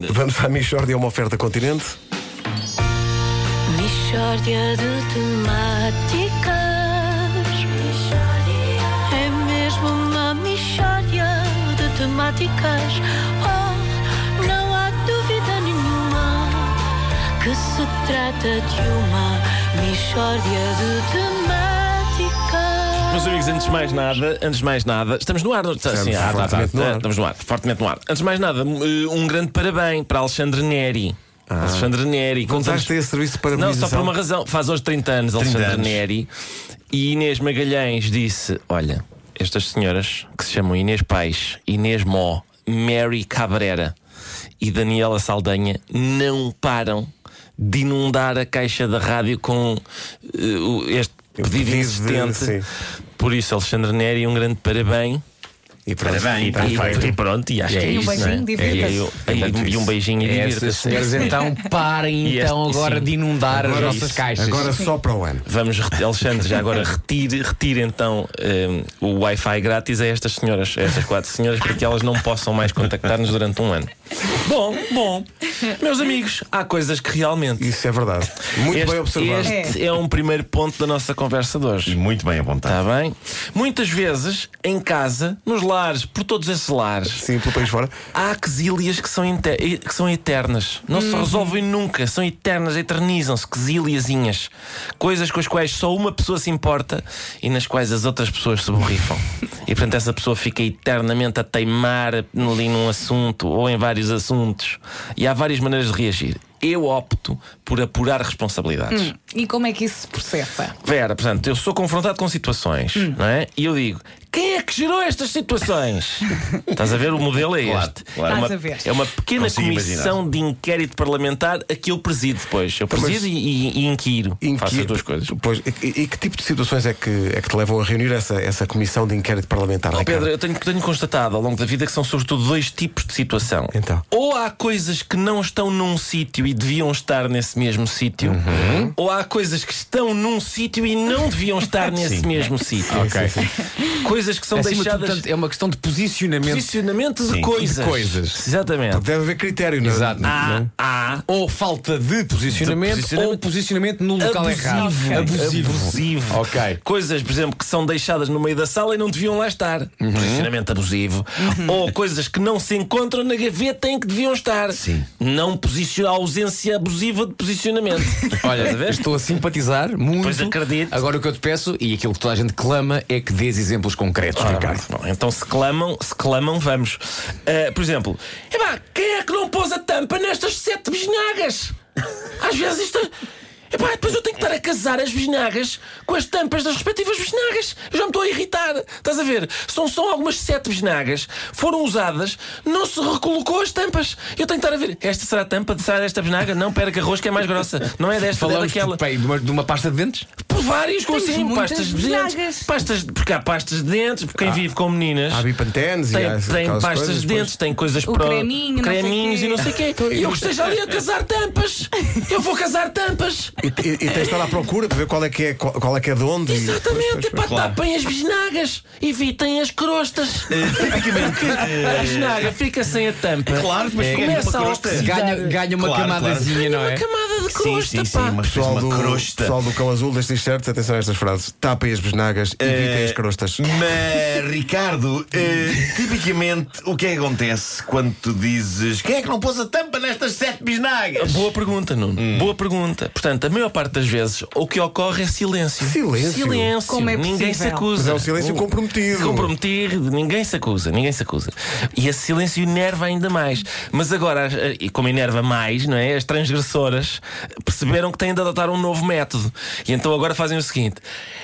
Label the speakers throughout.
Speaker 1: Vamos à Michórdia, é uma oferta continente.
Speaker 2: Mishória de temáticas É mesmo uma mishória de temáticas Oh, não há dúvida nenhuma Que se trata de uma mishória de temáticas
Speaker 3: Meus amigos, antes de mais nada, antes de mais nada, estamos no ar, não está?
Speaker 1: Estamos
Speaker 3: Sim, ah, tá, tá,
Speaker 1: fortemente no
Speaker 3: tá,
Speaker 1: ar.
Speaker 3: estamos no ar, fortemente no ar. Antes de mais nada, um um grande parabéns para Alexandre Neri.
Speaker 1: Ah.
Speaker 3: Alexandre Neri, contamos-
Speaker 1: Usaste esse serviço de
Speaker 3: Não,
Speaker 1: parabenização?
Speaker 3: só por uma razão. Faz hoje 30 anos, Alexandre
Speaker 4: anos.
Speaker 3: Neri. E Inês Magalhães disse: Olha, estas senhoras que se chamam Inês Pais, Inês Mó, Mary Cabrera e Daniela Saldanha não param de inundar a caixa da rádio com eh, o- este pedido
Speaker 1: pedido de- sim.
Speaker 3: insistente. Por isso, Alexandre Neri, um grande parabéns.
Speaker 1: E pronto.
Speaker 4: Parabéns,
Speaker 1: Está
Speaker 3: E,
Speaker 1: feito.
Speaker 3: e pronto, e acho que é
Speaker 5: E um
Speaker 3: isso. não é?
Speaker 5: beijinho, divirta-se.
Speaker 3: É, e-
Speaker 1: muito
Speaker 3: e- E um
Speaker 1: isso.
Speaker 3: beijinho e
Speaker 4: Essas
Speaker 3: divirta-se.
Speaker 4: senhoras então parem
Speaker 3: E este-
Speaker 4: então agora
Speaker 3: sim.
Speaker 4: de inundar as
Speaker 3: Agora
Speaker 4: nossas
Speaker 3: isso.
Speaker 4: caixas.
Speaker 1: Agora só para o ano.
Speaker 3: Vamos, reti- Alexandre, já agora retire, retire então eh, o Wi-Fi grátis a estas senhoras, a estas quatro senhoras, para que elas não possam mais contactar-nos durante um ano. Bom, bom, meus amigos, há coisas que realmente.
Speaker 1: Isso é verdade. Muito bem
Speaker 3: este,
Speaker 1: observado.
Speaker 3: este é um primeiro ponto da nossa conversa de hoje.
Speaker 6: Muito bem apontado.
Speaker 3: Está bem? Muitas vezes, em casa, nos lares, por todos esses lares,
Speaker 1: Sim, pelo país fora.
Speaker 3: Há quesílias que são, inte- e- que são eternas. Não se resolvem nunca. São eternas, eternizam-se. Quesíliazinhas. Coisas com as quais só uma pessoa se importa e nas quais as outras pessoas se borrifam. e portanto, essa pessoa fica eternamente a teimar ali num assunto ou em vários assuntos. E há várias maneiras de reagir. Eu opto por apurar responsabilidades.
Speaker 5: E como é que isso se processa?
Speaker 3: Vera, portanto, eu sou confrontado com situações, não é? E eu digo: quem é que gerou estas situações? Estás a ver? O modelo é
Speaker 6: Claro,
Speaker 3: este.
Speaker 6: claro.
Speaker 3: É, uma,
Speaker 5: Estás a ver.
Speaker 3: é uma pequena
Speaker 6: Consigo
Speaker 3: comissão de inquérito parlamentar a que eu presido depois. Eu presido e, e- e inquiro. Faço as duas coisas.
Speaker 1: Pois, e, e que tipo de situações é que, é que te levam a reunir essa, essa comissão de inquérito parlamentar?
Speaker 3: Oh,
Speaker 1: Ricardo?
Speaker 3: Pedro, eu tenho, tenho constatado ao longo da vida que são sobretudo dois tipos de situação.
Speaker 1: Então.
Speaker 3: Ou há coisas que não estão num sítio e deviam estar nesse mesmo sítio, ou há coisas que estão num sítio e não deviam estar nesse mesmo sítio.
Speaker 1: Ok.
Speaker 3: Coisas que são
Speaker 4: Acima de tudo,
Speaker 3: deixadas.
Speaker 4: portanto, é uma questão de posicionamento.
Speaker 3: Posicionamento de
Speaker 6: Sim.
Speaker 3: coisas.
Speaker 4: De coisas. Ah,
Speaker 3: Exatamente.
Speaker 1: Deve haver critério, não é?
Speaker 4: Exato.
Speaker 3: Há, há
Speaker 4: Ou falta de posicionamento,
Speaker 3: De posicionamento.
Speaker 4: ou posicionamento no local um errado.
Speaker 3: abusivo.
Speaker 4: Abusivo.
Speaker 3: Abusivo.
Speaker 4: Ok.
Speaker 3: Coisas, por exemplo, que são deixadas no meio da sala e não deviam lá estar.
Speaker 4: Uhum.
Speaker 3: Posicionamento abusivo. Ou coisas que não se encontram na gaveta em que deviam estar. Sim. Não posiciona a ausência abusiva de posicionamento.
Speaker 4: Olha,
Speaker 3: Estás a ver?
Speaker 4: estou a simpatizar muito.
Speaker 3: Pois acredito.
Speaker 4: Agora o que eu te peço, e aquilo que toda a gente clama, é que dês exemplos concretos,
Speaker 3: Ora,
Speaker 4: Ricardo.
Speaker 3: bom, então se clamam, se clamam, vamos. Ah, por exemplo, epá, quem é que não pôs a tampa nestas sete bisnagas? Às vezes isto. Epá, depois eu tenho que estar a casar as bisnagas com as tampas das respectivas bisnagas. Eu já me estou a irritar. Estás a ver? São só algumas sete bisnagas, foram usadas, não se recolocou as tampas. Eu tenho que estar a ver. Esta será a tampa? Será desta bisnaga? Não, pera, que a rosca é mais grossa. Não é desta, é
Speaker 4: Falamos
Speaker 3: daquela.
Speaker 4: de, bem, de uma, de uma pasta de dentes?
Speaker 3: Por vários, como
Speaker 5: Tens
Speaker 3: assim?
Speaker 5: muitas
Speaker 3: Pastas de dentes.
Speaker 5: bisnagas.
Speaker 3: Pastas, porque há pastas de dentes, porque quem vive com meninas.
Speaker 1: Há bipantenes e
Speaker 3: Tem,
Speaker 1: há
Speaker 3: tem
Speaker 1: aquelas
Speaker 3: pastas
Speaker 1: coisas,
Speaker 3: de
Speaker 1: pois.
Speaker 3: dentes, tem coisas
Speaker 5: O
Speaker 3: para
Speaker 5: creminho, não sei
Speaker 3: creminhos
Speaker 5: quê.
Speaker 3: e não sei o quê. E eu que esteja ali a casar tampas. Eu vou casar tampas.
Speaker 1: E, e, e tens de estar à procura para ver qual é que é, qual, qual é, que é de onde. e- pois,
Speaker 3: Exatamente,
Speaker 1: pois, pois.
Speaker 3: pá, tapem as bisnagas, evitem as crostas.
Speaker 1: É,
Speaker 3: a bisnaga fica sem a tampa.
Speaker 6: Claro, mas
Speaker 3: É,
Speaker 6: como
Speaker 3: começa
Speaker 6: uma
Speaker 3: a
Speaker 6: crosta.
Speaker 3: oxidar.
Speaker 4: Ganha, ganha uma
Speaker 6: Claro,
Speaker 4: camadazinha, não
Speaker 3: Uma
Speaker 4: é?
Speaker 3: camada de
Speaker 6: Sim,
Speaker 3: crosta,
Speaker 6: sim, sim,
Speaker 3: pá.
Speaker 6: uma,
Speaker 1: Pessoal
Speaker 6: uma
Speaker 1: do,
Speaker 6: crosta.
Speaker 1: pessoal do cão azul das t-shirts, atenção a estas frases. Tapem as besnagas, evitem as crostas.
Speaker 6: Mas, Ricardo, eh, tipicamente o que é que acontece quando tu dizes quem é que não pôs a tampa nestas sete bisnagas?
Speaker 3: Boa pergunta, Nuno.
Speaker 1: Hum.
Speaker 3: Boa pergunta. Portanto, a maior parte das vezes o que ocorre é silêncio.
Speaker 1: Silêncio?
Speaker 3: Silêncio.
Speaker 5: Como é
Speaker 3: ninguém se
Speaker 5: possível?
Speaker 1: Mas
Speaker 3: acusa.
Speaker 1: é um silêncio comprometido.
Speaker 3: Comprometido, ninguém se acusa, ninguém se acusa. E esse silêncio enerva ainda mais. Mas agora, as- e como enerva mais, não é? As transgressoras perceberam que têm de adotar um novo método. E então agora fazem o seguinte: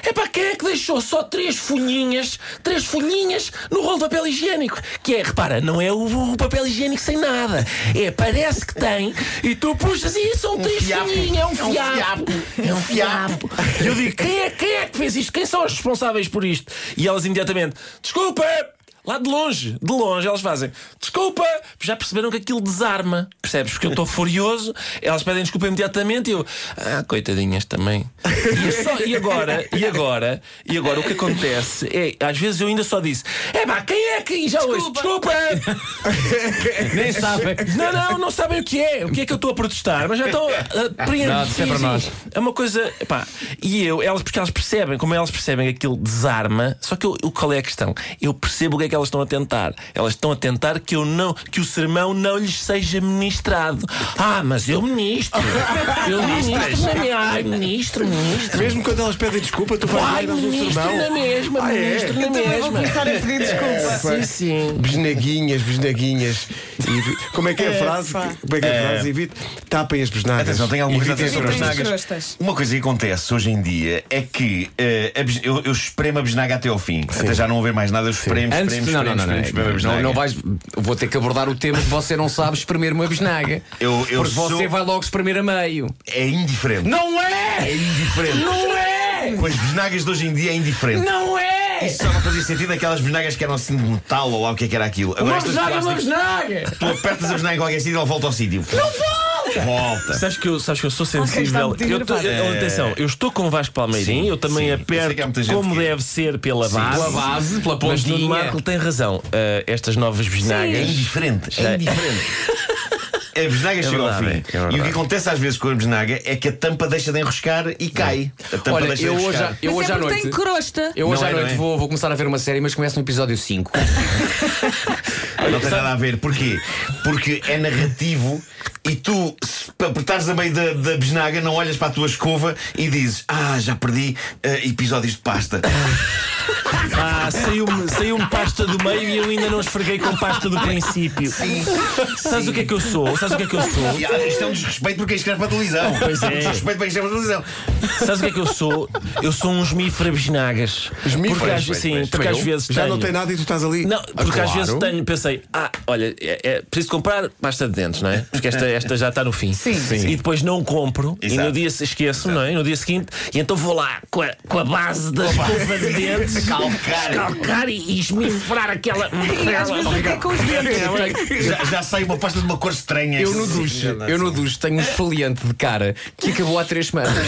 Speaker 3: é para quem é que deixou só três folhinhas, três folhinhas no rolo de papel higiênico? Que é, repara, não é o, o papel higiênico sem nada. É, parece que tem, e tu puxas e são três
Speaker 6: fiapo.
Speaker 3: folhinhas, é um
Speaker 6: É um
Speaker 3: fiapo. É um fiapo. E eu digo: quem é, quem é que fez isto? Quem são os responsáveis por isto? E elas imediatamente: desculpa! Lá de longe, de longe, elas fazem desculpa, já perceberam que aquilo desarma, percebes? Porque eu estou furioso, elas pedem desculpa imediatamente e eu, ah, coitadinhas também. E, é só- e agora, e agora, e agora o que acontece é, às vezes eu ainda só disse, é pá, quem é que e já hoje? Desculpa! É
Speaker 4: Nem sabem.
Speaker 3: Não, não, não sabem o que é. O que é que eu estou a protestar? Mas já estão a
Speaker 4: Não, isso é para nós.
Speaker 3: É uma coisa. Pá, e eu, elas, porque elas percebem, como elas percebem que aquilo desarma, só que eu, o qual é a questão? Eu percebo o que é que elas estão a tentar. Elas estão a tentar que, eu não, que o sermão não lhes seja ministrado. Ah, mas eu ministro. Eu ministro na minha. Ai, ministro,
Speaker 6: Eh,
Speaker 3: ministro.
Speaker 1: Mesmo quando elas pedem desculpa, tu vais
Speaker 3: Ai,
Speaker 1: dar um
Speaker 3: ministro na
Speaker 1: sermão.
Speaker 3: mesma,
Speaker 1: Ah, é?
Speaker 3: ministro na
Speaker 5: Eu também vou
Speaker 3: mesma.
Speaker 5: começar a pedir desculpa.
Speaker 3: Sim, sim.
Speaker 1: Besnaguinhas, besnaguinhas. E- Como é que é a frase?
Speaker 5: Epá.
Speaker 1: Como é que é a frase? Evite. Tapem as besnagas.
Speaker 6: Atenção, tem alguma coisa a
Speaker 1: Evitem
Speaker 6: dizer
Speaker 1: as
Speaker 6: sobre as
Speaker 5: Evitem
Speaker 1: besnagas.
Speaker 5: as
Speaker 6: nagas.
Speaker 5: crostas.
Speaker 6: Uma coisa que acontece hoje em dia é que eh, a bis- eu, eu espremo a besnaga até ao fim. Até já não haver mais nada, eu espremo, espremo,
Speaker 4: Antes de. Não,
Speaker 6: espremo,
Speaker 4: não,
Speaker 6: espremo,
Speaker 4: não.
Speaker 6: espremo a bisnaga.
Speaker 4: Não, não, não vais. Vou ter que abordar o tema que você não sabe espremer uma bisnaga.
Speaker 6: Eu- eu
Speaker 4: porque você
Speaker 6: sou-
Speaker 4: vai logo espremer a meio.
Speaker 6: É indiferente.
Speaker 4: Não
Speaker 6: É
Speaker 4: é!
Speaker 6: indiferente.
Speaker 4: Não é!
Speaker 6: Com as besnagas de hoje em dia é indiferente.
Speaker 4: Não é!
Speaker 6: Só não fazia sentido aquelas besnagas que eram assim de metal ou lá o que é que era aquilo. Agora
Speaker 4: Uma
Speaker 6: estas
Speaker 4: bisnaga é uma
Speaker 6: plásticas,
Speaker 4: bisnaga!
Speaker 6: tu apertas a besnaga em qualquer sítio e ela volta ao sítio. Não volta! Volta.
Speaker 3: Sabes que eu, sabes que eu sou
Speaker 5: está
Speaker 3: sensível.
Speaker 5: muito
Speaker 3: eu tô,
Speaker 5: enervado.
Speaker 3: eu- atenção, eu estou com o Vasco Palmeirim,
Speaker 6: Sim,
Speaker 3: eu também
Speaker 6: sim. Eu sei que há muita
Speaker 3: aperto
Speaker 6: gente
Speaker 3: como
Speaker 6: que-
Speaker 3: deve ser pela base.
Speaker 4: Pela base, pela
Speaker 3: Mas Nuno
Speaker 4: pontinha.
Speaker 3: Marco tem razão. Eh, estas novas
Speaker 6: É
Speaker 3: bisnagas.
Speaker 6: indiferente. É indiferente. A besnaga chega ao
Speaker 3: verdade, é
Speaker 6: fim.
Speaker 3: verdade.
Speaker 6: e o que acontece às vezes com a besnaga é que a tampa deixa de enroscar e cai. A tampa
Speaker 4: É. Olha,
Speaker 6: deixa
Speaker 4: eu
Speaker 6: de
Speaker 4: hoje,
Speaker 6: enroscar.
Speaker 4: à- eu
Speaker 5: Mas
Speaker 4: hoje
Speaker 5: é
Speaker 4: à
Speaker 5: porque
Speaker 4: noite.
Speaker 5: tem crosta.
Speaker 4: Eu hoje
Speaker 6: Não
Speaker 4: à
Speaker 6: é, não
Speaker 4: noite
Speaker 6: é?
Speaker 4: vou, vou começar a ver uma série, mas começo no episódio 5.
Speaker 6: Não tem nada a ver. Porquê? Porque é narrativo e tu, se p- apertares a meio da, da besnaga, não olhas para a tua escova e dizes: Ah, já perdi eh, episódios de pasta.
Speaker 3: Ah, saiu-me saiu pasta do meio e eu ainda não esfreguei com pasta do princípio. Sabes o que é que eu sou? Sabes o que é que eu sou?
Speaker 6: E, ah, isto é um desrespeito para quem escreve para a televisão.
Speaker 3: Pois é.
Speaker 6: Um desrespeito para quem escreve para a televisão.
Speaker 3: Sabes o que é que eu sou? Eu sou um esmífera bisnagas.
Speaker 1: Esmífera?
Speaker 3: Porque,
Speaker 6: Pois,
Speaker 3: às-
Speaker 6: pois,
Speaker 3: sim,
Speaker 6: pois.
Speaker 3: porque
Speaker 4: Também
Speaker 3: às
Speaker 4: eu.
Speaker 3: vezes
Speaker 1: Já não
Speaker 3: tenho-
Speaker 1: tem nada e tu estás ali.
Speaker 3: Não, porque
Speaker 4: Ah,
Speaker 3: às vezes
Speaker 4: claro.
Speaker 3: tenho, pensei, ah, olha, é, é preciso comprar pasta de dentes, não é? Porque esta, esta já está no fim.
Speaker 5: Sim. Sim.
Speaker 3: E depois não compro e
Speaker 6: Exato.
Speaker 3: no dia se esqueço, não é? E no dia seguinte, e então vou lá com a, com a base da escova de dentes,
Speaker 6: Calcar.
Speaker 3: escalcar e, e esmifrar aquela.
Speaker 5: E às vezes até com os dentes.
Speaker 6: Já, já sai uma pasta de uma cor estranha.
Speaker 4: Eu no duche, eu no duche tenho um esfoliante de cara que acabou há três semanas.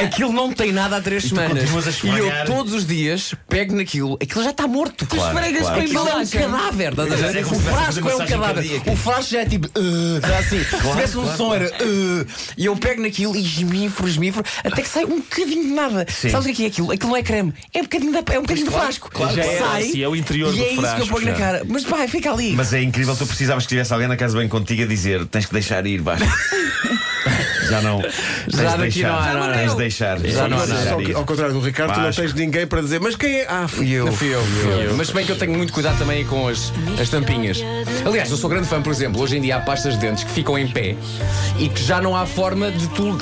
Speaker 4: Aquilo não tem nada há três semanas.
Speaker 6: continuas a
Speaker 4: e
Speaker 6: esfregar.
Speaker 4: eu todos os dias pego naquilo, aquilo já está morto.
Speaker 5: Tu esfregas
Speaker 6: claro.
Speaker 5: com a
Speaker 4: Aquilo é um
Speaker 5: embalagem.
Speaker 4: cadáver, estás a ver?
Speaker 6: É como
Speaker 4: O
Speaker 6: se tivesse a fazer
Speaker 4: frasco é um
Speaker 6: massagem
Speaker 4: cadáver.
Speaker 6: cardíaca.
Speaker 4: O frasco já é tipo. "Ugh", já assim. Se tivesse um som era. "Ugh", E eu pego naquilo e esmifro, esmifro, até que sai um bocadinho de nada. Sabes o que é que é aquilo? Aquilo não é creme. É um bocadinho, da, é um bocadinho de frasco.
Speaker 3: claro, claro.
Speaker 4: sai.
Speaker 3: Sim, é o interior
Speaker 4: e
Speaker 3: do
Speaker 4: é isso que eu
Speaker 3: frasco,
Speaker 4: ponho na
Speaker 3: já.
Speaker 4: cara. Mas pá, fica ali.
Speaker 6: Mas é incrível, tu precisavas que tivesse alguém na casa bem contigo a dizer: tens que deixar ir, basta. já não. Tens
Speaker 4: Já
Speaker 6: de
Speaker 4: daqui
Speaker 6: deixar.
Speaker 4: não há,
Speaker 5: não é?
Speaker 6: Tens de deixar.
Speaker 4: Já não há
Speaker 1: Mas,
Speaker 4: nada.
Speaker 1: só que, ao contrário do Ricardo, tu não
Speaker 6: Vasco.
Speaker 1: tens ninguém para dizer, mas quem é? Ah, fui eu.
Speaker 4: Fui eu, fui eu. Mas bem que eu tenho muito cuidado também com as, as tampinhas. Aliás, eu sou grande fã, por exemplo, hoje em dia há pastas de dentes que ficam em pé e que já não há forma de tu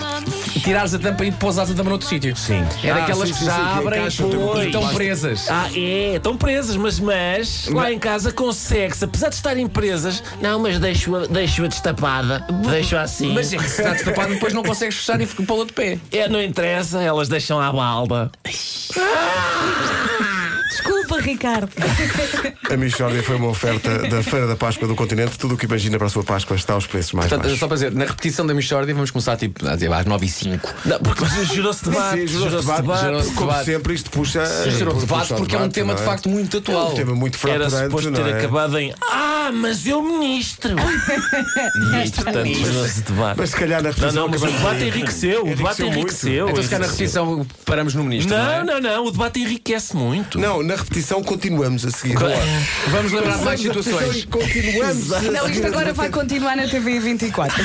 Speaker 4: tirares a tampa e pousares a tampa noutro sítio. Sim. É
Speaker 1: Ah,
Speaker 4: daquelas
Speaker 1: sim,
Speaker 4: que
Speaker 1: sim,
Speaker 4: já
Speaker 1: sim, que
Speaker 4: abrem
Speaker 1: encaixam, tem uma
Speaker 4: e estão
Speaker 1: coisa
Speaker 4: presas.
Speaker 3: Ah, é, estão presas, mas, mas lá em casa consegue-se, apesar de estarem presas, não, mas deixo-a deixo destapada, deixo assim.
Speaker 4: Mas é que se está destapado, depois não consegues fechar e fica pô-la de pé.
Speaker 3: É, não interessa, elas deixam à balda.
Speaker 5: Desculpa, Ricardo.
Speaker 1: A Michórdia foi uma oferta da Feira da Páscoa do Continente. Tudo o que imagina para a sua Páscoa está aos preços mais
Speaker 4: Portanto,
Speaker 1: baixos.
Speaker 4: só para dizer, na repetição da Michórdia vamos começar tipo, a dizer, às 9 e 05
Speaker 3: Não, porque jurou-se debate.
Speaker 1: Sim, jurou-se
Speaker 3: jurou-se
Speaker 1: debate,
Speaker 3: debate.
Speaker 4: jurou-se
Speaker 1: Como
Speaker 4: debate.
Speaker 1: sempre, isto puxa.
Speaker 4: Jurou-se
Speaker 1: puxa
Speaker 4: debate
Speaker 1: ao
Speaker 4: porque é um tema,
Speaker 1: não
Speaker 4: de facto, muito atual.
Speaker 1: É um tema muito
Speaker 3: Era
Speaker 1: fraturante,
Speaker 3: suposto ter
Speaker 1: não é?
Speaker 3: acabado em Ah, mas eu ministro! e aí, portanto, jurou-se debate.
Speaker 1: Mas se calhar na
Speaker 3: Não,
Speaker 1: repetição.
Speaker 3: não, mas o
Speaker 1: acabamos-
Speaker 3: debate enriqueceu. O debate
Speaker 1: Enriqueceu muito.
Speaker 3: enriqueceu.
Speaker 4: Então se calhar na
Speaker 3: enriqueceu.
Speaker 4: repetição paramos no ministro. Não, é?
Speaker 3: Não, não, não, o debate enriquece muito.
Speaker 1: Não, na repetição continuamos a seguir.
Speaker 4: é? Vamos lembrar de mais situações.
Speaker 1: Continuamos a
Speaker 5: Não, isto
Speaker 1: seguir.
Speaker 5: agora vai continuar na TV 24.